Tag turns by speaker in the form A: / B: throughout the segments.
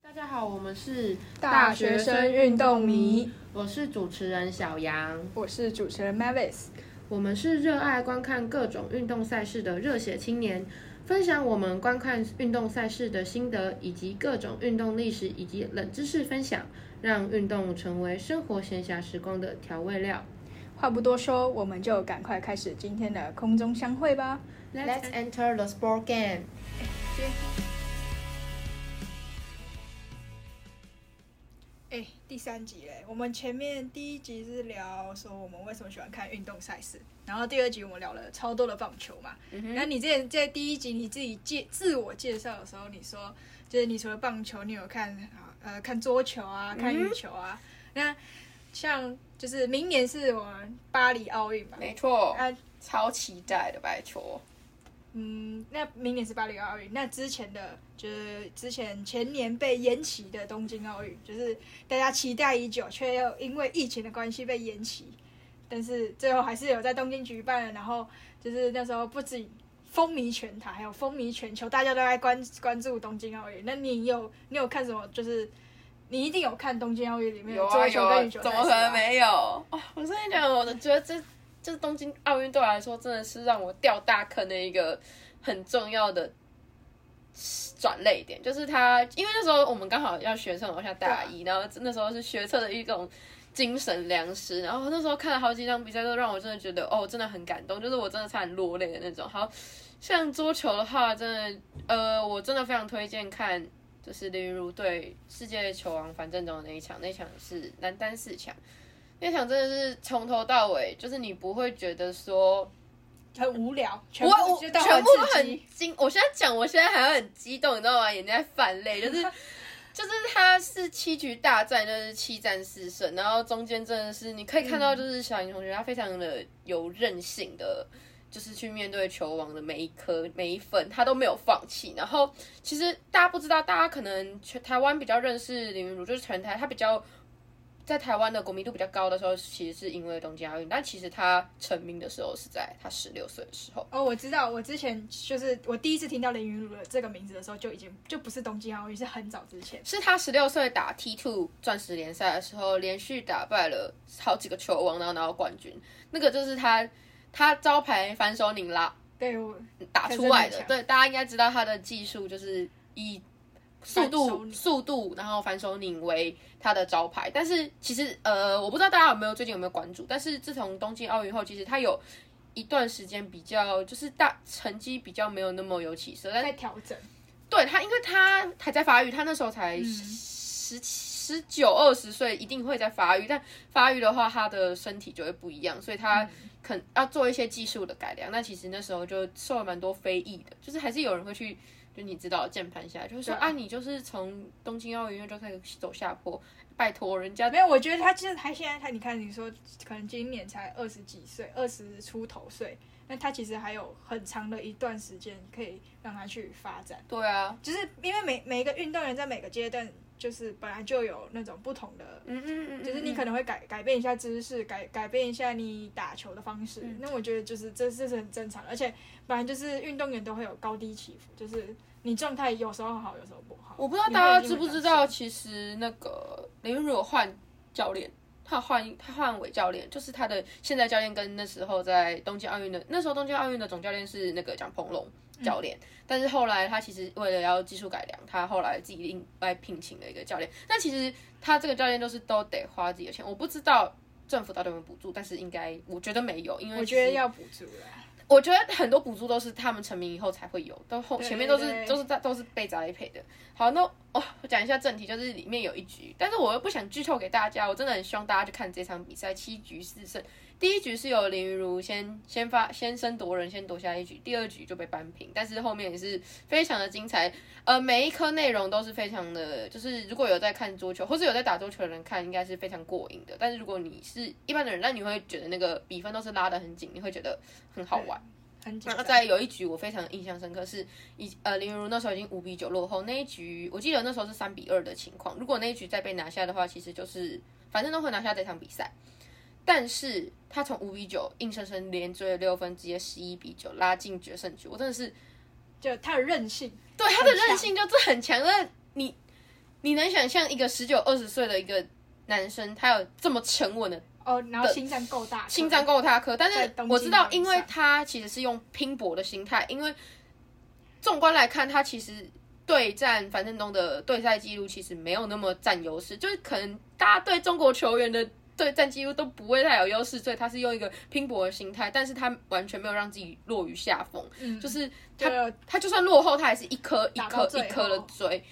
A: 大家好，我们是
B: 大学生运动迷，
A: 我是主持人小杨，
B: 我是主持人 Mavis。
A: 我们是热爱观看各种运动赛事的热血青年，分享我们观看运动赛事的心得，以及各种运动历史以及冷知识分享，让运动成为生活闲暇时光的调味料。
B: 话不多说，我们就赶快开始今天的空中相会吧。
A: Let's enter the sport game。
B: 哎，第三集嘞，我们前面第一集是聊说我们为什么喜欢看运动赛事，然后第二集我们聊了超多的棒球嘛。然后你之前在第一集你自己介自我介绍的时候，你说就是你除了棒球，你有看啊呃看桌球啊，看羽球啊。那像就是明年是我们巴黎奥运嘛，
C: 没错，
B: 啊
C: 超期待的，拜托。
B: 嗯，那明年是巴黎奥运，那之前的就是之前前年被延期的东京奥运，就是大家期待已久，却又因为疫情的关系被延期，但是最后还是有在东京举办了。然后就是那时候不止风靡全台，还有风靡全球，大家都在关关注东京奥运。那你有你有看什么？就是你一定有看东京奥运里面
C: 有
B: 桌
C: 啊有
B: 球
C: 啊
B: 跟羽，球
C: 怎
B: 赛
C: 么
B: 事
C: 可能
B: 啊？
C: 没有？哦，我真的讲，我觉得这这东京奥运对我来说真的是让我掉大坑的一个很重要的转类点，就是他，因为那时候我们刚好要学测，我下大一，然后那时候是学测的一种。精神粮食，然后那时候看了好几场比赛，都让我真的觉得哦，真的很感动，就是我真的差点落泪的那种。好，像桌球的话，真的，呃，我真的非常推荐看，就是例如对世界球王樊振东的那一场，那一场是男单四强，那场真的是从头到尾，就是你不会觉得说，
B: 很无聊，全
C: 我
B: 部
C: 我
B: 就
C: 全
B: 到
C: 部都
B: 刺激
C: 很惊，我现在讲，我现在还很激动，你知道吗？眼睛在泛泪，就是。就是他是七局大战，就是七战四胜，然后中间真的是你可以看到，就是小林同学他非常的有韧性的，就是去面对球王的每一颗每一分，他都没有放弃。然后其实大家不知道，大家可能全台湾比较认识林云儒，就是全台他比较在台湾的国民度比较高的时候，其实是因为东京奥运，但其实他成名的时候是在他十六岁的时候。
B: 哦，我知道，我之前就是我第一次听到林云儒的这个名字的时候，就已经就不是东京奥运，是很早之前。
C: 是他十六岁打 T two 钻石联赛的时候，连续打败了好几个球王，然后拿到冠军。那个就是他，他招牌反手拧拉
B: 对，我
C: 打出来
B: 还真的。
C: 的
B: 强
C: 对，大家应该知道他的技术就是以速
B: 反手
C: 度、
B: 拧
C: 速度，然后反手拧为他的招牌。但是其实呃，我不知道大家有没有最近有没有关注，但是自从东京奥运后，其实他有一段时间比较就是大成绩比较没有那么有起色，但
B: 在调整，
C: 对他，因为他还在发育，他那时候才十十九二十岁，一定会在发育。但发育的话，他的身体就会不一样，所以他肯要做一些技术的改良。那其实那时候就受了蛮多非议的，就是还是有人会去，就你知道键盘侠，就是说
B: 对啊
C: 啊，你就是从东京奥运就开始走下坡，拜托人家
B: 没有，我觉得他就是他现在他，你看你说可能今年才二十几岁，二十出头岁，那他其实还有很长的一段时间可以让他去发展。
C: 对啊，
B: 就是因为每每一个运动员在每个阶段，就是本来就有那种不同的，
C: 嗯嗯嗯，
B: 就是你可能会改改变一下姿势，改改变一下你打球的方式。
C: 嗯
B: 那我觉得就是这这是很正常，而且本来就是运动员都会有高低起伏，就是你状态有时候好，有时候不好。
C: 我不知道大家知不知道，其实那个林允如有换教练，他换他换韦教练，就是他的现在教练跟那时候在东京奥运的那时候东京奥运的总教练是那个蒋鹏龙
B: 嗯
C: 教练，但是后来他其实为了要技术改良，他后来自己另外聘请了一个教练。但其实他这个教练都是都得花自己的钱，我不知道政府到底有没有补助，但是应该我觉得没有，因为
B: 我
C: 其
B: 觉得
C: 实
B: 要补助啦。
C: 我觉得很多补助都是他们成名以后才会有，都后
B: 对
C: 前面都
B: 对
C: 是都是在都是被栽培的。好，那哦，我讲一下正题，就是里面有一局，但是我又不想剧透给大家，我真的很希望大家去看这场比赛，七局四胜。第一局是由林昀儒先先发先声夺人，先夺下一局，第二局就被扳平，但是后面也是非常的精彩，呃，每一颗内容都是非常的，就是如果有在看桌球或是有在打桌球的人看，应该是非常过瘾的。但是如果你是一般的人，那你会觉得那个比分都是拉得很紧，你会觉得很好玩。
B: 很紧
C: 那
B: 张。
C: 在有一局我非常印象深刻是，以呃林如那时候已经五比九落后，那一局我记得那时候是三比二的情况。如果那一局再被拿下的话，其实就是反正都会拿下这场比赛。但是他从五比九硬生生连追了六分，直接十一比九拉进决胜局。我真的是
B: 就他的韧性，
C: 对他的
B: 很强
C: 韧性就是很强，但你你能想象一个十九、二十岁的一个男生，他有这么沉稳的
B: 哦，然后心脏够大，
C: 心脏够大颗？但
B: 在
C: 是
B: 东京啊
C: 我知道，
B: 比
C: 因为
B: 赛
C: 他其实是用拼搏的心态，因为纵观来看，他其实对战樊振东的对赛记录其实没有那么占优势，就是可能大家对中国球员的。对战记录都不会太有优势，所以他是用一个拼搏的心态，但是他完全没有让自己落于下风，
B: 嗯
C: 就是
B: 就
C: 他就算落后，他还是一颗一
B: 打
C: 颗
B: 到
C: 一
B: 最后
C: 颗的追，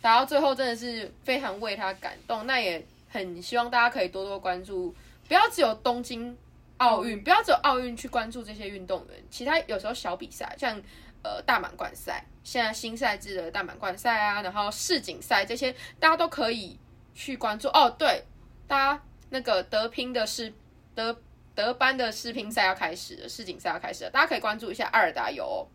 C: 打到最后真的是非常为他感动。那也很希望大家可以多多关注，不要只有东京奥
B: 嗯
C: 运，不要只有奥运去关注这些运动员，其他有时候小比赛，像呃大满贯赛，现在新赛制的大满贯赛啊，然后世锦赛这些，大家都可以去关注。哦，对，大家那个德乒的世德德班的世乒赛要开始了，世锦赛要开始了，大家可以关注一下阿尔达有哦。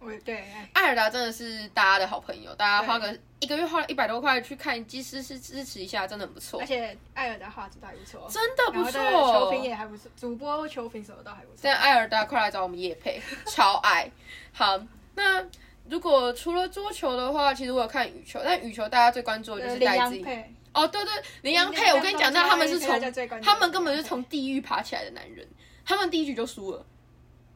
B: 我对，哎
C: 艾尔达真的是大家的好朋友，大家花个一个月花了一百多块去看技师是支持一下，真的很不错
B: 而，且艾尔的画质都还不错，
C: 真的不
B: 嗯然后他的球评
C: 错。啊
B: 也还不错，主播球评什么都还不错
C: 但。艾尔达快来找我们叶 配，超爱。好，那如果除了桌球的话，其实我有看羽球，但羽球大家最关注的就
B: 呃
C: 是
B: 林
C: 戴
B: 洋
C: 资颖。
B: 配，
C: 哦，对对，林洋
B: 林
C: 配，
B: 洋
C: 我跟你讲，那他们是
B: 林
C: 从
B: 洋配他就最关注
C: 他们根本就是从地狱爬起来的男人，他们第一局就输了。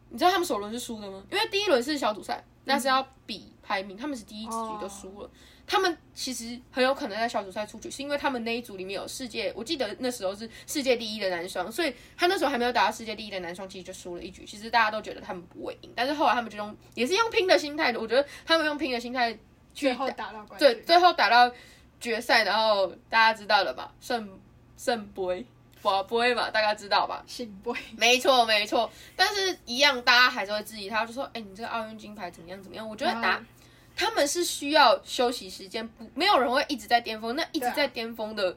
C: 你知道他们首轮是输的吗？因为第一轮是小组赛，那是要比排名，他们是第一局就输了。他们其实很有可能在小组赛出局，是因为他们那一组里面有世界，我记得那时候是世界第一的男双，所以他那时候还没有打到世界第一的男双，其实就输了一局。其实大家都觉得他们不会赢，但是后来他们就用也是用拼的心态的，我觉得他们用拼的心态去
B: 最后打到冠军。
C: 对，最后打到决赛，然后大家知道了吧？圣圣杯，宝杯嘛，大家知道吧？
B: 醒不？
C: 没错，没错。但是一样，大家还是会质疑他，就说：“哎、你这个奥运金牌怎么样怎么样？”我觉得打、他们是需要休息时间，不没有人会一直在巅峰。那一直
B: 对啊
C: 在巅峰的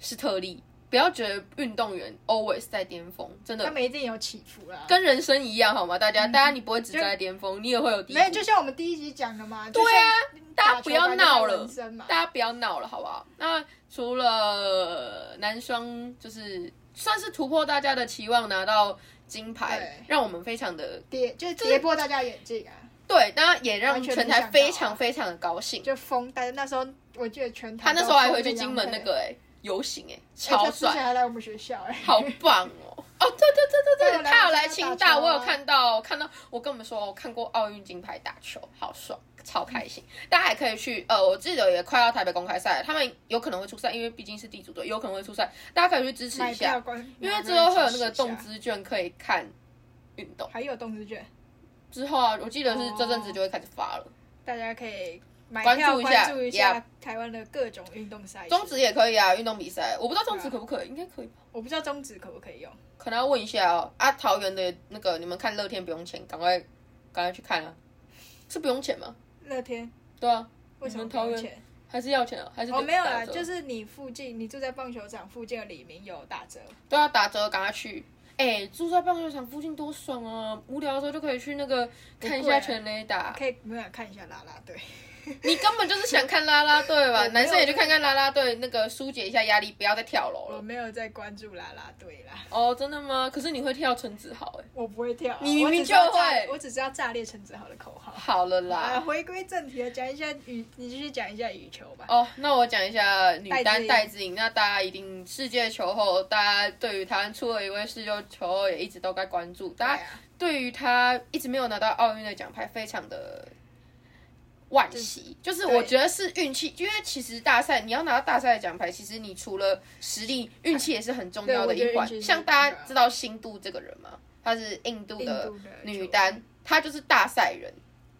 C: 是特例，不要觉得运动员 always 在巅峰，真
B: 他
C: 的
B: 们一定有起伏啦。
C: 跟人生一样好吗？大家，大家你不会只
B: 就
C: 在巅峰，你也会嗯有低谷
B: 没有，。就像我们第一集讲的嘛。对
C: 对啊，大家
B: 打
C: 不
B: 球
C: 要
B: 大家
C: 闹
B: 的
C: 了
B: 人生嘛，
C: 大家不要闹了，好不好？那除了男双，就是算是突破大家的期望，拿到金牌
B: 对，
C: 让我们非常的
B: 跌就是跌破大家的眼镜啊，
C: 对，那也让
B: 完全
C: 全
B: 没想
C: 台
B: 到啊
C: 非常非常的高兴。
B: 就疯。但是那时候我记得全台
C: 他
B: 都
C: 那
B: 疯
C: 时
B: 了
C: 候
B: 杨佩，
C: 还回去金门那个哎、游行哎、
B: 哎
C: 超
B: 他之前
C: 帅，
B: 还来我们学校哎，
C: 好棒哦！哦，对对对
B: 他有
C: 对对，
B: 来
C: 他有
B: 我们
C: 来
B: 学校打
C: 清大，
B: 球
C: 我有
B: 啊
C: 看到看到，我跟你们说，我哦看过奥运金牌打球，好爽，超开心。大家还可以去，呃，我记得也快要台北公开赛了，他们有可能会出赛，因为毕竟是地主队，有可能会出赛，大家可以去支持一
B: 买
C: 下
B: 票，关，
C: 因为
B: 买
C: 之
B: 票
C: 后会有那
B: 支持
C: 个
B: 一
C: 动
B: 下，
C: 资券可以看运动。
B: 还有动资券，
C: 之后啊，我记得是这阵子就会开始发了，
B: 大家可以买
C: 关
B: 票
C: 注一下
B: 关注一下
C: yeah
B: 台湾的各种运动赛事。
C: 中职也可以啊，运动比赛，我不知道中职
B: 对
C: 可不可以，应该可以吧。
B: 我不知道中指可不可以用，
C: 可能要问一下哦，啊，桃园的那个你们看乐天不用钱，赶快赶快去看啊，是不用钱吗？
B: 乐天
C: 对啊，
B: 为什么
C: 你们
B: 不
C: 桃
B: 用
C: 园
B: 钱？
C: 还是要钱啊？还是
B: 哦，没有啦，就是是你附近，你住在棒球场附近的李明有打折，
C: 都要啊打折，赶快去。哎、住在棒球场附近多爽啊！无聊的时候就可以去那个
B: 不贵啊
C: 看一下全垒打，
B: 可以没有看一下啦啦队。
C: 你根本就是想看啦啦队吧？
B: 我没有
C: 男生也去看看啦啦队，那个疏解一下压力，不要再跳楼
B: 我
C: 了。
B: 没有在关注啦啦队啦，
C: 哦，真的吗？可是你会跳陈子豪哎、
B: 我不会跳啊，
C: 你明
B: 我
C: 明
B: 只知道
C: 就会
B: 炸我只知道炸裂陈子豪的口号。
C: 好了
B: 啊，
C: 啦，
B: 回归正题了，讲一下羽，你继续讲一下羽球吧。
C: 哦，那我讲一下女
B: 戴资
C: 单
B: 颖
C: 戴资颖，那大家一定世界球后，大家对于她出了一位世界球后也一直都在关注，大家
B: 对啊
C: 对于她一直没有拿到奥运的奖牌非常的惋惜，就是我
B: 对
C: 觉得是运气，因为其实大赛你要拿到大赛的奖牌，其实你除了实力，运气也是很重要
B: 对我
C: 的
B: 觉得
C: 一环
B: 运气。是
C: 像大家
B: 很重要
C: 知道新度这个人吗？她是印度的
B: 印度的
C: 女
B: 球
C: 单
B: 员，
C: 她就是大赛人。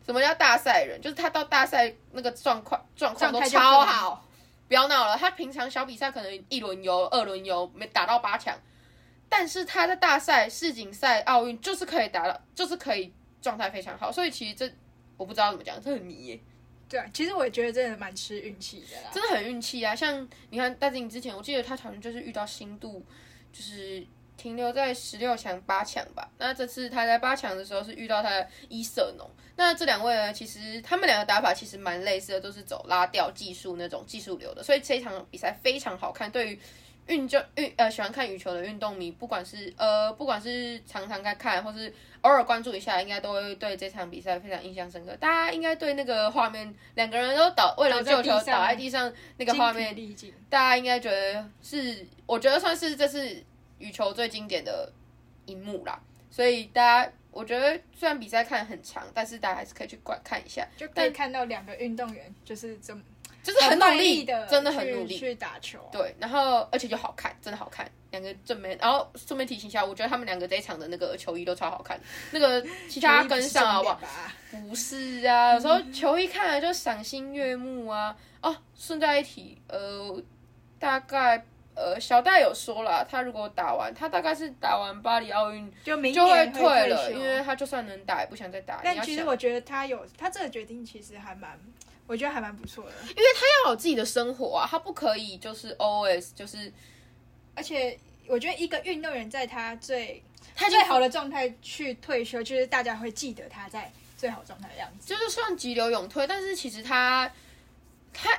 C: 什么叫大赛人？就是她到大赛那个状况状况都
B: 状态就
C: 超
B: 更好
C: 好，不要闹了。她平常小比赛可能一轮游、二轮游没打到八强，但是她在大赛、世锦赛、奥运就是可以打到，就是可以状态非常好。所以其实这我不知道怎么讲，这很迷耶，
B: 对啊，其实我觉得真的蛮吃运气的啦。
C: 真的很运气啊。像你看戴志颖之前，我记得她好像就是遇到新度，就是。停留在十六强、八强吧。那这次她在八强的时候是遇到她的伊瑟农。那这两位呢，其实他们两个打法其实蛮类似的，都是走拉吊技术那种技术流的，所以这一场比赛非常好看。对于运就运呃喜欢看羽球的运动迷，不管是呃不管是常常在看，或是偶尔关注一下，应该都会对这场比赛非常印象深刻。大家应该对那个画面，两个人都倒为了救球
B: 倒在地上
C: 倒在地上那个画面，
B: 历尽，
C: 大家应该觉得是，我觉得算是这次羽球最经典的一幕啦。所以大家，我觉得虽然比赛看很长，但是大家还是可以去观看一下，
B: 就可以看到两个运动员就是怎么
C: 就是很努
B: 卖
C: 力
B: 力的，
C: 真的很努力。
B: 去打球。
C: 对，然后而且就好看，真的好看，两个正面。然后顺便提醒一下，我觉得他们两个这一场的那个球衣都超好看，那个其他跟上好不好？不是啊，有时候球衣看了就赏心悦目啊。哦，顺带一提，呃，大概呃小戴有说了，他如果打完，他大概是打完巴黎奥运
B: 就明
C: 就
B: 年
C: 退了，
B: 休
C: 因为他就算能打也不想再打。你
B: 但
C: 要
B: 其
C: 想
B: 实我觉得他有他这个决定，其实还蛮，我觉得还蛮不错的。
C: 他要有自己的生活啊，他不可以就是 always 就是
B: 而且我觉得一个运动员在他最
C: 他就
B: 最好的状态去退休，就是大家会记得他在最好状态的样子。
C: 就是算急流勇退，但是其实他他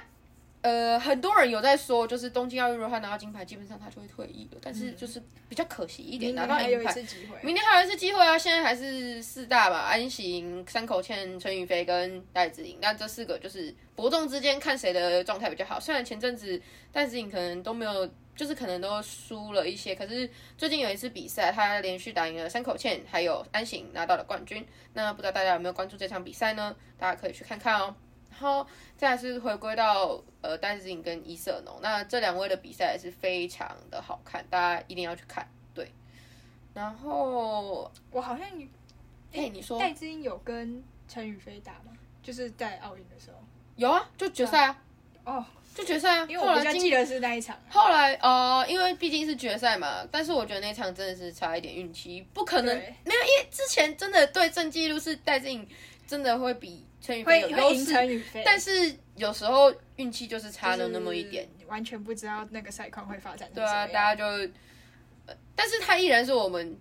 C: 呃，很多人有在说，就是东京奥运如果他拿到金牌，基本上他就会退役了，但是就是比较可惜一点，拿到
B: 嗯还有
C: 银
B: 一
C: 牌。
B: 次机会，
C: 明天还有一次机会啊！现在还是四大吧，安行、山口茜、陈雨菲跟戴子颖，那这四个就是伯仲之间，看谁的状态比较好。虽然前阵子戴子颖可能都没有，就是可能都输了一些，可是最近有一次比赛，她连续打赢了山口茜，还有安行拿到了冠军。那不知道大家有没有关注这场比赛呢？大家可以去看看哦。然后再来是回归到呃戴子颖跟伊瑟农，那这两位的比赛也是非常的好看，大家一定要去看。对，然后
B: 我好像
C: 哎、你说
B: 戴资颖有跟陈宇飞打吗？就是在奥运的时候。
C: 有啊，就决赛啊，
B: 哦，
C: 就决赛啊。
B: 因为
C: 后
B: 我比
C: 来
B: 较
C: 进
B: 记得是那一场啊。
C: 后来呃，因为毕竟是决赛嘛，但是我觉得那场真的是差一点运气，不可能
B: 对
C: 没有，因为之前真的对阵记录是戴志颖真的会比陈宇
B: 会
C: 飞有优
B: 会赢
C: 势，
B: 陈宇飞，
C: 但是有时候运气就是差了那么一点。，
B: 完全不知道那个赛况会发展成
C: 对啊，
B: 什么样
C: 大家就，呃但是他依然是我们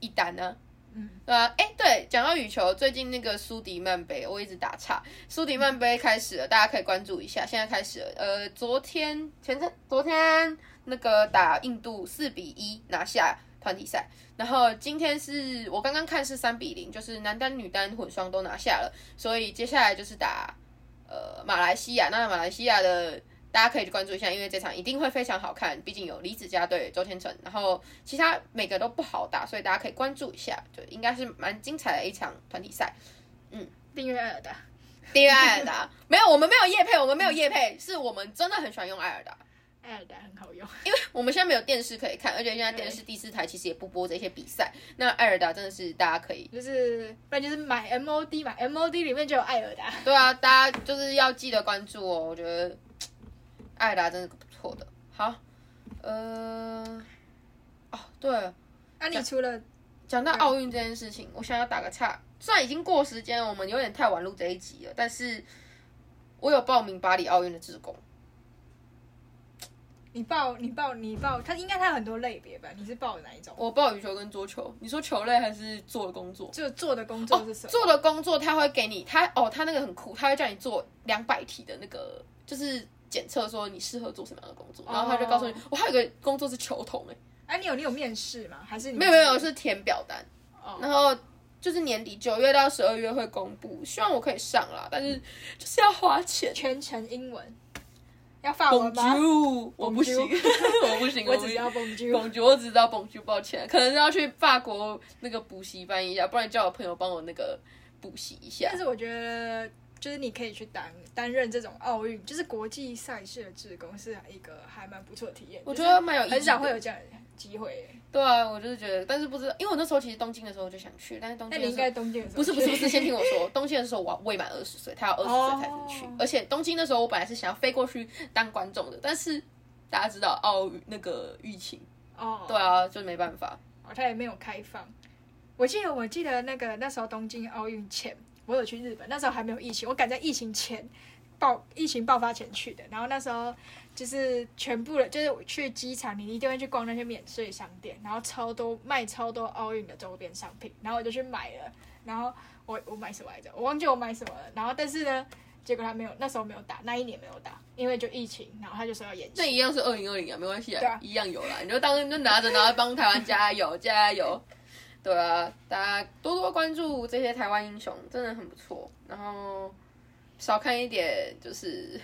C: 一单呢、
B: 嗯，
C: 对啊，哎，对，讲到羽球，最近那个苏迪曼杯，我一直打岔。苏迪曼杯开始了，大家可以关注一下，现在开始了。呃，昨天前天昨天那个打印度四比一拿下团体赛，然后今天是我刚刚看是三比零，就是男单、女单混双都拿下了，所以接下来就是打呃马来西亚。那马来西亚的大家可以去关注一下，因为这场一定会非常好看，毕竟有李子嘉对周天成，然后其他每个都不好打，所以大家可以关注一下，就应该是蛮精彩的一场团体赛。
B: 订阅尔达，
C: 第二艾尔达没有，我们没有叶配，我们没有叶配，是我们真的很喜欢用艾尔达，
B: 艾尔达很好用，
C: 因为我们现在没有电视可以看，而且现在电视第四台其实也不播这些比赛，那艾尔达真的是大家可以
B: 就是不然就是买 MOD 嘛，MOD 里面就有艾尔达。
C: 对啊，大家就是要记得关注哦。我觉得艾达真的不错的。好，呃，哦，对了，
B: 那啊你除了
C: 讲到奥运这件事情，我想要打个岔。虽然已经过时间了，我们有点太晚录这一集了，但是我有报名巴黎奥运的志工。
B: 你报你报你报，它应该它有很多类别吧？你是报哪一种？
C: 我报羽球跟桌球，你说球类还是做的工作？
B: 就做的工作是什么？
C: 哦做的工作他会给你，他哦，他那个很酷，他会叫你做两百题的那个，就是检测说你适合做什么样的工作，然后他就告诉你
B: 哦，
C: 我还有一个工作是球童、欸，
B: 哎、你有你有面试吗？还是你
C: 没有没有，是填表单，
B: 哦
C: 然后就是年底九月到十二月会公布，希望我可以上啦，但是就是要花钱。
B: 全程英文？要法文 吗？
C: Bonjour，我不行， 我不行，
B: 我
C: 不
B: 只知
C: 行
B: 道 Bonjour。
C: 蹦菊，我只知道蹦菊，抱歉，可能是要去法国那个补习班一下，不然叫我朋友帮我那个补习一下
B: 但。是我觉得，就是你可以去担担任这种奥运，就是国际赛事的志工，是一个还蛮不错的体验。
C: 我觉得蛮有
B: 就
C: 意义
B: 是
C: 的
B: 很少会有这样的机会。
C: 对啊，我就是觉得，但是不知道，因为我那时候其实东京的时候我就想去，但是东
B: 那你
C: 京的
B: 应
C: 时候
B: 该东京的时候
C: 不是不是不是，
B: 去
C: 先听我 说，东京的时候我未满二十岁，他要二十岁才能去
B: 哦
C: 而且东京的时候我本来是想要飞过去当观众的，但是大家知道奥运那个疫情，
B: 哦，
C: 对啊，就没办法。
B: 哦，它也没有开放。我记得我记得那个那时候东京奥运前，我有去日本，那时候还没有疫情，我赶在疫情前爆疫情爆发前去的。然后那时候就是全部的，就是我去机场，你一定会去逛那些免税商店，然后超多卖超多奥运的周边商品，然后我就去买了。然后我我买什么来着？我忘记我买什么了。然后但是呢，结果他没有，那时候没有打，那一年没有打，因为就疫情，然后他就说要延
C: 那
B: 期。
C: 一样是二零二零啊，没关系
B: 对
C: 啊
B: 啊，
C: 一样有啦。你就当就拿着，然后帮台湾 加油加油。对啊，大家多多关注这些台湾英雄，真的很不错。然后少看一点就是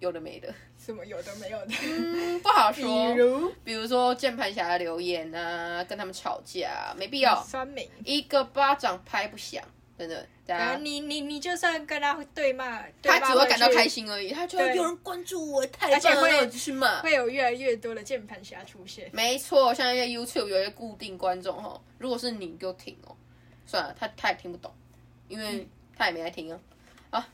C: 有的没的，
B: 什么有的没有的，
C: 嗯，不好
B: 比
C: 说。
B: 如
C: 比如说键盘侠的留言啊，跟他们吵架啊、没必要，
B: 哦酸民。
C: 一个巴掌拍不响，真的。大
B: 然
C: 家
B: 后啊你你你就算跟他对骂，对
C: 他
B: 骂
C: 只会感到
B: 回去
C: 开，心而已，他觉得
B: 对
C: 有人关注我太
B: 而且
C: 棒了，
B: 会
C: 那我继续骂。
B: 会有越来越多的键盘侠出现。
C: 没错，像一些 YouTube 有一些固定观众哈，如果是你就听哦，算了，他他也听不懂，因为他也没来听啊。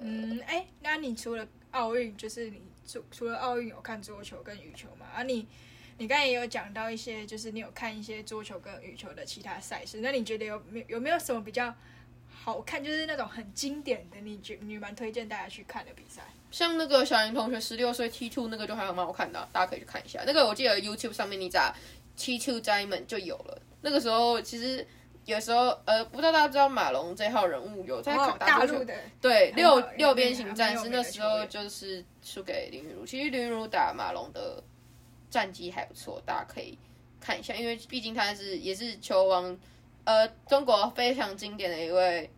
B: 嗯，哎、那你除了奥运，就是你除除了奥运有看桌球跟羽球嘛？啊你，你刚才也有讲到一些，就是你有看一些桌球跟羽球的其他赛事，那你觉得有没有没有什么比较好看，就是那种很经典的，你觉你蛮推荐大家去看的比赛？
C: 像那个小林同学十六岁 T two 那个就还蛮好看的啊，大家可以去看一下。那个我记得 YouTube 上面你打 T two Diamond 就有了。那个时候其实有时候呃，不知道大家知道马龙这号人物有在
B: 哦
C: 考，打
B: 大
C: 桌球
B: 陆的
C: 对，
B: 很
C: 六
B: 好
C: 六
B: 有
C: 边
B: 名
C: 形
B: 啊
C: 战
B: 没有
C: 士
B: 名
C: 那
B: 的
C: 时
B: 球
C: 候
B: 员
C: 就是输给林雨茹，其实林雨茹打马龙的战绩还不错，大家可以看一下，因为毕竟他是也是球王，呃，中国非常经典的一位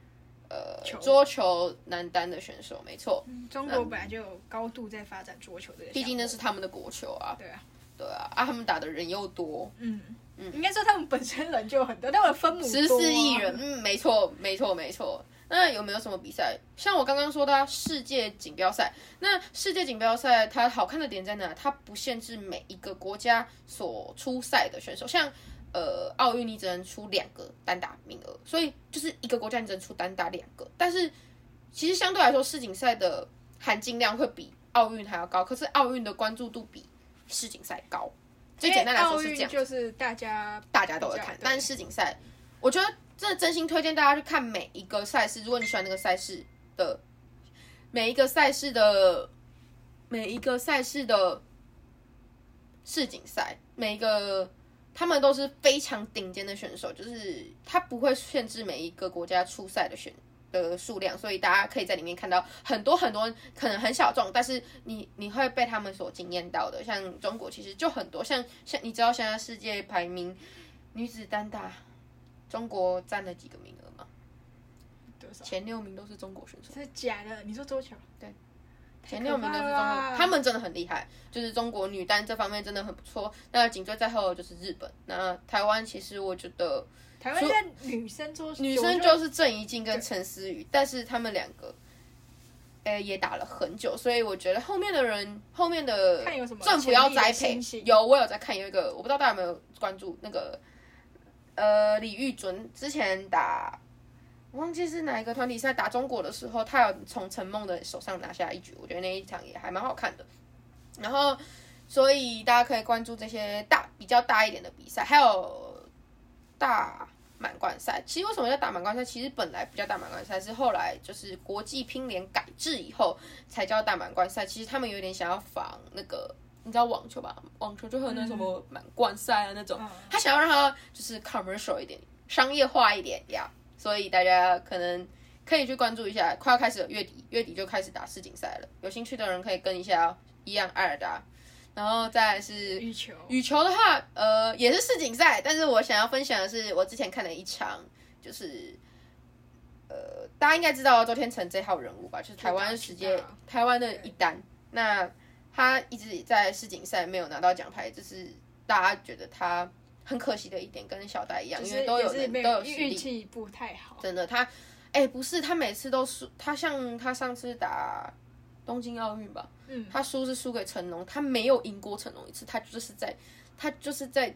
C: 呃
B: 球
C: 桌球男单的选手，没错，
B: 中国
C: 嗯
B: 本来就有高度在发展桌球这个项目，
C: 毕竟那是他们的国球啊，
B: 对啊，
C: 对啊，啊他们打的人又多，
B: 嗯嗯，应该说他们本身人就有很多，但我的分母
C: 十
B: 多啊
C: 四亿人，，嗯，没错，没错，没错。那有没有什么比赛？像我刚刚说的啊、世界锦标赛，那世界锦标赛它好看的点在哪？它不限制每一个国家所出赛的选手，像呃奥运你只能出两个单打名额，所以就是一个国家你只能出单打两个。但是其实相对来说，世锦赛的含金量会比奥运还要高，可是奥运的关注度比世锦赛高。最简单来说是这
B: 因为
C: 样
B: 奥运。就是大家
C: 大家都会看
B: 比较对。
C: 但是世锦赛，我觉得真的真心推荐大家去看每一个赛事。如果你喜欢那个赛事的每一个赛事的每一个赛事的世锦赛，每一个他们都是非常顶尖的选手，就是他不会限制每一个国家出赛的选的数量，所以大家可以在里面看到很多很多可能很小众，但是你你会被他们所惊艳到的。像中国其实就很多，像像你知道现在世界排名女子单打，中国占了几个名额吗？
B: 多少？
C: 前六名都是中国选手，
B: 真的假的？你说桌球？
C: 对，
B: 太
C: 前
B: 可
C: 六名都是中
B: 怕了
C: 国，他们真的很厉害，就是中国女单这方面真的很不错。那紧追在后的就是日本，那台湾其实我觉得
B: 台湾在女生桌球，
C: 女生就是郑怡静跟陈思雨，但是他们两个，诶、也打了很久，所以我觉得后面的人，后面的
B: 看有什么
C: 政府要
B: 潜力
C: 栽培
B: 的新星，
C: 有我有在看有一个，我不知道大家有没有关注那个，呃，李玉准之前打，我忘记是哪一个团体赛打中国的时候，他有从陈梦的手上拿下一局，我觉得那一场也还蛮好看的，然后。所以大家可以关注这些大比较大一点的比赛，还有大满贯赛。其实为什么叫大满贯赛？其实本来不叫大满贯赛，是后来就是国际乒联改制以后才叫大满贯赛。其实他们有点想要仿那个，你知道网球吧？网球就会有那什么满贯赛啊那种，
B: 嗯
C: 他想要让它就是 commercial 一点，商业化一点呀。所以大家可能可以去关注一下，快要开始了，月底月底就开始打世锦赛了，有兴趣的人可以跟一下哦，一样艾尔达。然后再来是
B: 羽球，
C: 羽球的话，呃，也是世锦赛，但是我想要分享的是，我之前看了一场，就是，呃，大家应该知道周天成这号人物吧，就是台湾世
B: 知
C: 界
B: 道知道
C: 台湾的一单。那他一直在世锦赛没有拿到奖牌，就是大家觉得他很可惜的一点，跟小戴一样，
B: 就
C: 因
B: 是
C: 为都有
B: 也是
C: 能
B: 没
C: 都有实
B: 运
C: 力，
B: 气不太好。
C: 真的，他，哎、不是，他每次都输，他像他上次打东京奥运吧，
B: 嗯，
C: 他输是输给成龙，他没有赢过成龙一次，他就是在，他就是在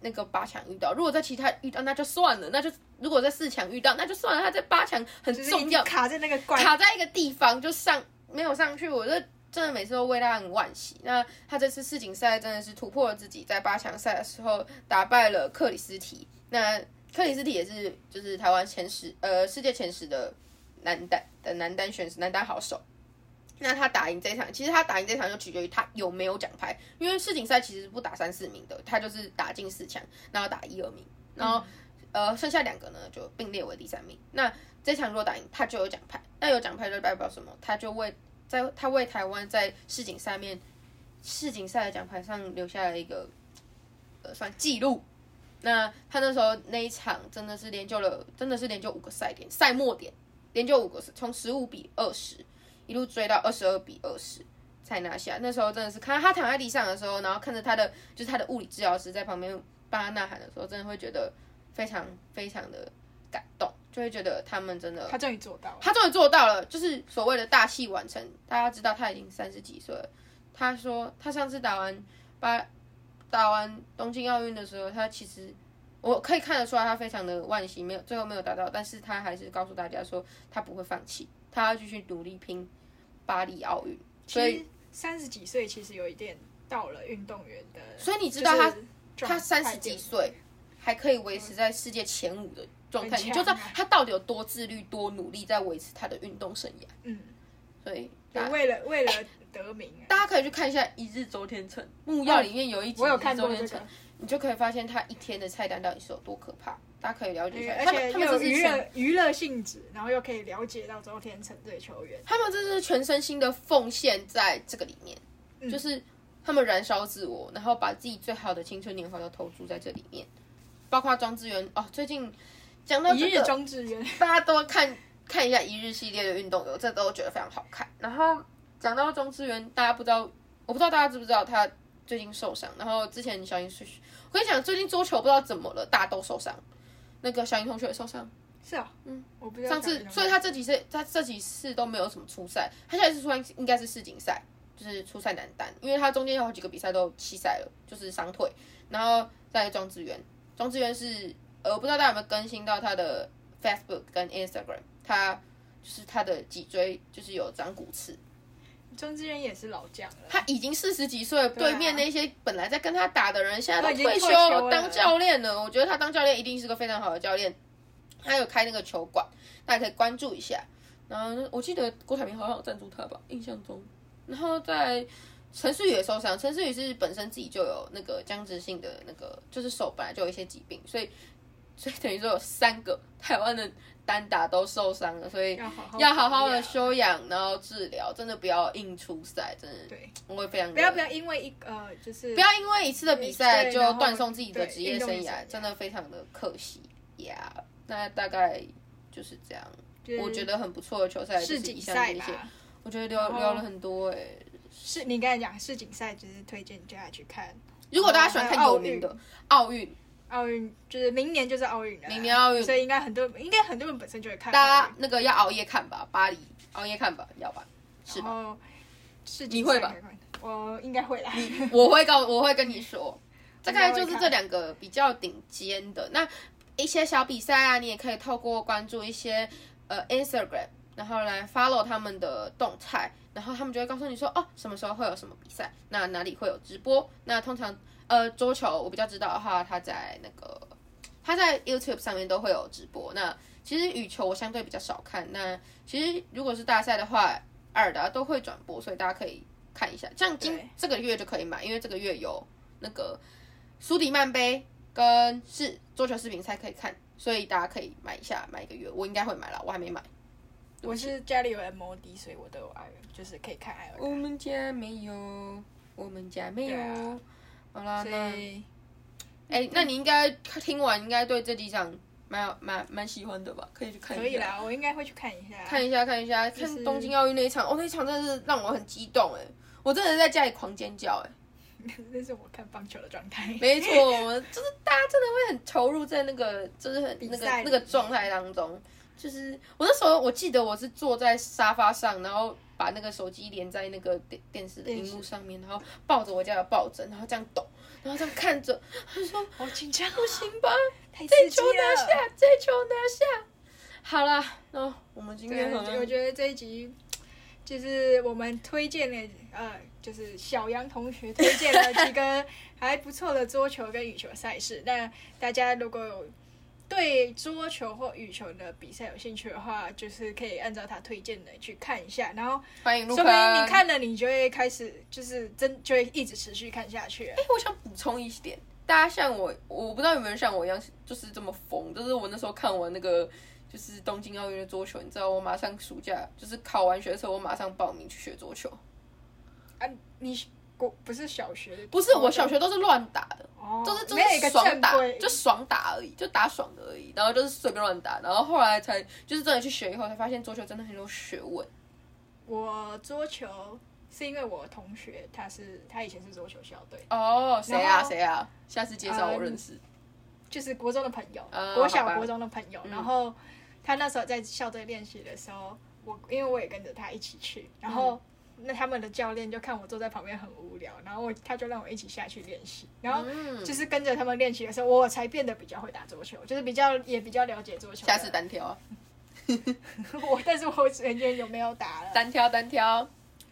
C: 那个八强遇到，如果在其他遇到那就算了，那就如果在四强遇到那就算了，他在八强很
B: 就是一
C: 重
B: 直
C: 要，
B: 卡在那个关，
C: 卡在一个地方就上没有上去，我就真的每次都为他很惋惜。那他这次世锦赛真的是突破了自己，在八强赛的时候打败了克里斯提。那克里斯提也是就是台湾前十呃世界前十的男单的男单选手男单好手。那他打赢这场，其实他打赢这场就取决于他有没有奖牌，因为世锦赛其实不打三四名的，他就是打进四强，然后打一二名，然后呃，剩下两个呢就并列为第三名。那这场如果打赢，他就有奖牌，那有奖牌就代表什么？他就为在他为台湾在世锦赛面世锦赛的奖牌上留下了一个呃算记录。那他那时候那一场真的是连救了，真的是连救五个赛点，赛末点连救五个，从十五比二十一路追到二十二比二十才拿下。那时候真的是看到他躺在地上的时候，然后看着他的就是他的物理治疗师在旁边帮他呐喊的时候，真的会觉得非常非常的感动，就会觉得他们真的
B: 他终于做到了。
C: 他终于做到了，就是所谓的大器晚成。大家知道他已经三十几岁了。他说他上次打完巴打完东京奥运的时候，他其实我可以看得出来，他非常的惋惜，没有最后没有达到，但是他还是告诉大家说他不会放弃，他要继续努力拼巴黎奥运。所以
B: 其实三十几岁其实有一点到了运动员的，
C: 所以你知道他
B: 就是
C: 他三十
B: 状态
C: 几岁还可以维持在世界前五的状态，
B: 很
C: 你
B: 强
C: 就知道
B: 啊
C: 他到底有多自律、多努力在维持他的运动生涯。
B: 嗯，
C: 所以大
B: 对，为了为了得名啊，
C: 大家可以去看一下《一日周天成》木曜里面有一集
B: 哦我有
C: 《一
B: 看
C: 日周
B: 过
C: 天
B: 这
C: 成》
B: 个，，
C: 你就可以发现他一天的菜单到底是有多可怕。大家可以了解一下，
B: 而
C: 他们
B: 且又
C: 他们
B: 有
C: 这是
B: 娱
C: 全
B: 乐娱乐性质，然后又可以了解到周天成这个球员，
C: 他们这是全身心的奉献在这个里面，
B: 嗯
C: 就是他们燃烧自我，然后把自己最好的青春年华都投注在这里面，包括庄智渊哦，最近讲到
B: 一
C: 这
B: 日
C: 个，
B: 中志渊，
C: 大家都看看一下一日系列的运动游，这都觉得非常好看。然后讲到庄智渊，大家不知道，我不知道大家知不知道他最近受伤。然后之前小林是，我跟你讲，最近桌球不知道怎么了，大家都受伤。那个小林同学也受伤，
B: 是啊，嗯，我不知道
C: 上
B: 小
C: 次
B: 林，
C: 所以他这几次他这几次都没有什么出赛，他下一次出赛应该是世锦赛，就是出赛难单，因为他中间有好几个比赛都弃赛了，就是伤退，然后再来庄智渊，庄智渊是呃我不知道大家有没有更新到他的 Facebook 跟 Instagram，他就是他的脊椎就是有长骨刺，
B: 中志渊也是老将了，
C: 他已经四十几岁了，
B: 对啊
C: 对面那些本来在跟他打的人，现在
B: 都已经
C: 都退休
B: 退休了
C: 当教练了。我觉得他当教练一定是个非常好的教练。他有开那个球馆，大家可以关注一下。然后我记得郭台铭好像有赞助他吧，印象中。然后在陈世宇也受伤，陈世宇是本身自己就有那个僵直性的那个，就是手本来就有一些疾病，所以所以等于说有三个台湾的单打都受伤了，所以
B: 要好好
C: 要好啊好的
B: 休，
C: 休养，然后治疗，真的不要硬出赛，真的
B: 对，
C: 我会非常
B: 不要不要因为一呃就是
C: 不要因为一次的比赛
B: 对
C: 就
B: 然后
C: 断送自己的
B: 对
C: 职业
B: 运
C: 生
B: 动生
C: 涯，
B: 涯
C: 真的非常的可惜呀。Yeah，那大概就是这样，
B: 就是
C: 我觉得很不错的球赛就
B: 世
C: 是以
B: 锦
C: 上
B: 赛
C: 这些，
B: 吧，
C: 我觉得
B: 然
C: 聊
B: 后
C: 聊了很多哎、
B: 是你刚才讲世锦赛，就是推荐大家去看。
C: 如果大家喜欢看有名的奥运，
B: 奥运就是明年就是奥运了啦，
C: 明年奥运
B: 所以应该很多应该很多人本身就会看
C: 大
B: 奥
C: 啊家那个要熬夜看吧，巴黎熬夜看吧，要吧？是
B: 运，然
C: 吧？
B: 后世
C: 你
B: 锦
C: 会
B: 赛
C: 吧
B: 可以看我应该会啦。
C: 我会告，我会跟你说，大
B: 我
C: 概
B: 应该
C: 就
B: 会
C: 是
B: 看
C: 这两个比较顶尖的。那一些小比赛啊，你也可以透过关注一些呃 Instagram，然后来 follow 他们的动态，然后他们就会告诉你说哦，什么时候会有什么比赛，那哪里会有直播。那通常呃桌球我比较知道的话，它在那个它在 YouTube 上面都会有直播。那其实羽球我相对比较少看，那其实如果是大赛的话，艾尔达都会转播，所以大家可以看一下。像今
B: 对
C: 这个月就可以买，因为这个月有那个苏迪曼杯跟是桌球世锦赛可以看，所以大家可以买一下，买一个月。我应该会买了，我还没买。
B: 我是家里有 MOD，所以我都有爱尔，就是可以看爱尔
C: 我
B: 兰。
C: 们家没有，我们家没有。
B: 对啊
C: 好啦，
B: 所
C: 那
B: 以
C: 哎、那你应该听完应该对这几场蛮蛮蛮喜欢的吧？可以去看一下。
B: 可以啦，我应该会去看一下。
C: 看一下看一下，
B: 就是
C: 看东京奥运那一场，哦，那一场真的是让我很激动哎，我真的是在家里狂尖叫哎，
B: 那是我看棒球的状态。
C: 没错，我们就是大家真的会很投入在 那个就是很
B: 比
C: 那个
B: 赛里
C: 那个状态当中，就是我那时候我记得我是坐在沙发上，然后把那个手机连在那个电电视的
B: 电视
C: 荧幕上面，然后抱着我家的抱枕，然后这样抖，然后这样看着，他说
B: 好紧张，
C: 不行吧，
B: 太
C: 这
B: 刺激
C: 球拿
B: 了。
C: 下，这球拿下。好啦，那、我们今天
B: 对，啊
C: 好像
B: 我觉得这一集就是我们推荐了，呃，就是小杨同学推荐了几个还不错的桌球跟羽球赛事。那大家如果有对桌球或羽球的比赛有兴趣的话，就是可以按照他推荐的去看一下，然后
C: 欢迎陆
B: 说不
C: 克，
B: 定你看了，你就会开始就是真就会一直持续看下去了。
C: 哎我想补充一点，大家像我，我不知道有没有人像我一样，就是这么疯。就是我那时候看完那个，就是东京奥运的桌球，你知道，我马上暑假就是考完学测，我马上报名去学桌球。
B: 啊，你国不是小学的，
C: 不是，我小学都是乱打的，
B: 哦，
C: 就是就
B: 没有一
C: 是
B: 个
C: 爽
B: 正
C: 打，
B: 规，
C: 就爽打而已，就打爽的而已。然后就是随便乱打，然后后来才就是真的去学以后，才发现桌球真的很有学问。
B: 我桌球是因为我同学他是他以前是桌球校队，
C: 哦，谁啊
B: 然后
C: 谁啊？下次介绍我认识。
B: 就是国中的朋友，
C: 啊
B: 国
C: 好吧
B: 小国中的朋友。
C: 嗯
B: 然后他那时候在校队练习的时候，我因为我也跟着他一起去，然
C: 嗯
B: 后。那他们的教练就看我坐在旁边很无聊，然后我他就让我一起下去练习，然后
C: 嗯，
B: 就是跟着他们练习的时候，我才变得比较会打桌球，就是比较也比较了解桌球的。
C: 下次单挑啊。
B: 我，但是我完全有没有打了？
C: 单挑单挑。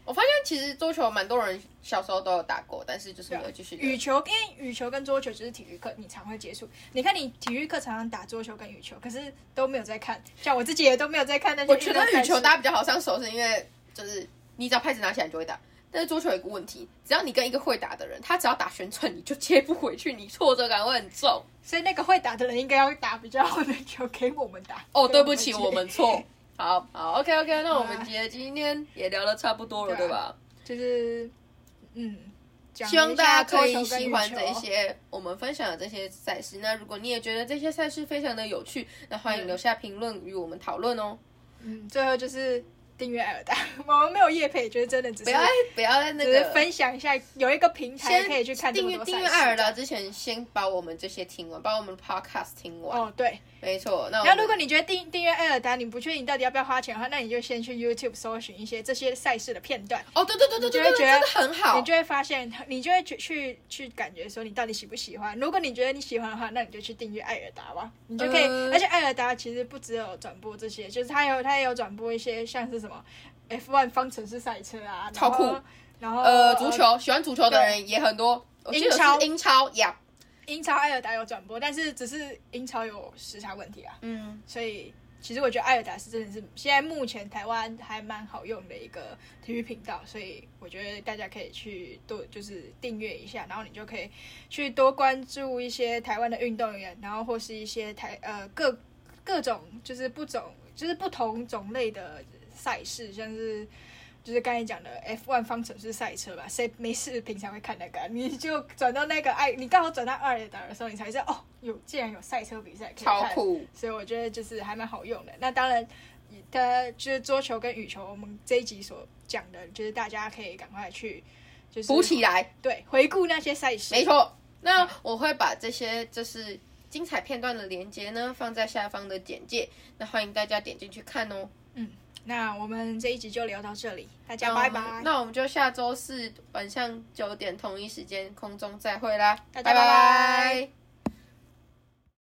C: 我发现其实桌球蛮多人小时候都有打过，但是呃就是没有继续
B: 羽
C: 练。
B: 球，因为羽球跟桌球就是体育课，你常会接触。你看，你体育课常常打桌球跟羽球，可是都没有在看，像我自己也都没有在看那些
C: 我
B: 运动
C: 觉
B: 赛
C: 得
B: 事。
C: 羽球大家比较好上手，是因为就是你只要拍子拿起来你就会打。但是桌球有一个问题，只要你跟一个会打的人，他只要打旋转你就接不回去，你挫折感会很重。
B: 所以那个会打的人应该要打比较好的球给我们打。
C: 哦，
B: 给
C: 对不起，我
B: 接
C: 们错。 好好，OK OK，那我们
B: 啊
C: 姐今天也聊的差不多了，
B: 对
C: 对
B: 啊
C: 吧？
B: 就是嗯，讲
C: 希望大家可
B: 一下
C: 以
B: 桌球跟
C: 喜
B: 羽
C: 欢
B: 球
C: 这一些我们分享的这些赛事。那如果你也觉得这些赛事非常的有趣，那欢迎
B: 嗯
C: 留下评论与我们讨论哦。
B: 嗯，最后就是订阅艾尔达， 我们没有叶配，就是真的只是
C: 不要哎不要在那
B: 只是
C: 个
B: 分享一下，有一个平台
C: 先
B: 可以去看这
C: 订
B: 么
C: 阅
B: 多
C: 订
B: 赛
C: 阅
B: 事
C: 艾尔达之前，先把我们这些听完，把我们的 podcast 听完。
B: 哦，对。
C: 没错，那我
B: 然后，
C: 们
B: 如果你觉得订订阅艾尔达，你不确定你到底要不要花钱的话，那你就先去 YouTube 搜寻一些这些赛事的片段，
C: 哦，对对对对对
B: 你就
C: 对，
B: 会觉
C: 真
B: 得
C: 的很好
B: 你。就会发现，你就会去去去感觉说你到底喜不喜欢。如果你觉得你喜欢的话，那你就去订阅艾尔达吧，你就可以。
C: 嗯
B: 而且艾尔达其实不只有转播这些，就是它有它也有转播一些像是什么 F1 方程式赛车啊，然后
C: 超酷。
B: 然后
C: 呃，足、球喜欢足球的
B: 对
C: 人也很多，我记
B: 英
C: 得
B: 超
C: 是英超呀。
B: 英超艾尔达有转播，但是只是英超有时差问题啊。
C: 嗯，
B: 所以其实我觉得艾尔达斯真的是现在目前台湾还蛮好用的一个体育频道，所以我觉得大家可以去多就是订阅一下，然后你就可以去多关注一些台湾的运动员，然后或是一些台呃各各种就是不种就是不同种类的赛事，像是。就是刚才讲的 F1 方程式赛车吧，谁没事平常会看那个啊？你就转到那个哎，你刚好转到艾尔达的时候，你才知道哦，有竟然有赛车比赛可以
C: 超
B: 看
C: 酷。
B: 所以我觉得就是还蛮好用的。那当然，它就是桌球跟羽球，我们这一集所讲的，就是大家可以赶快去就是
C: 补起来，
B: 对回顾那些赛事，
C: 没错。那我会把这些就是精彩片段的连接呢放在下方的简介，那欢迎大家点进去看哦。
B: 那我们这一集就聊到这里，大
C: 那
B: 家
C: 我
B: 拜
C: 们
B: 拜，
C: 嗯那我们就下周四晚上九点同一时间空中再会啦，
B: 大家拜拜
C: 拜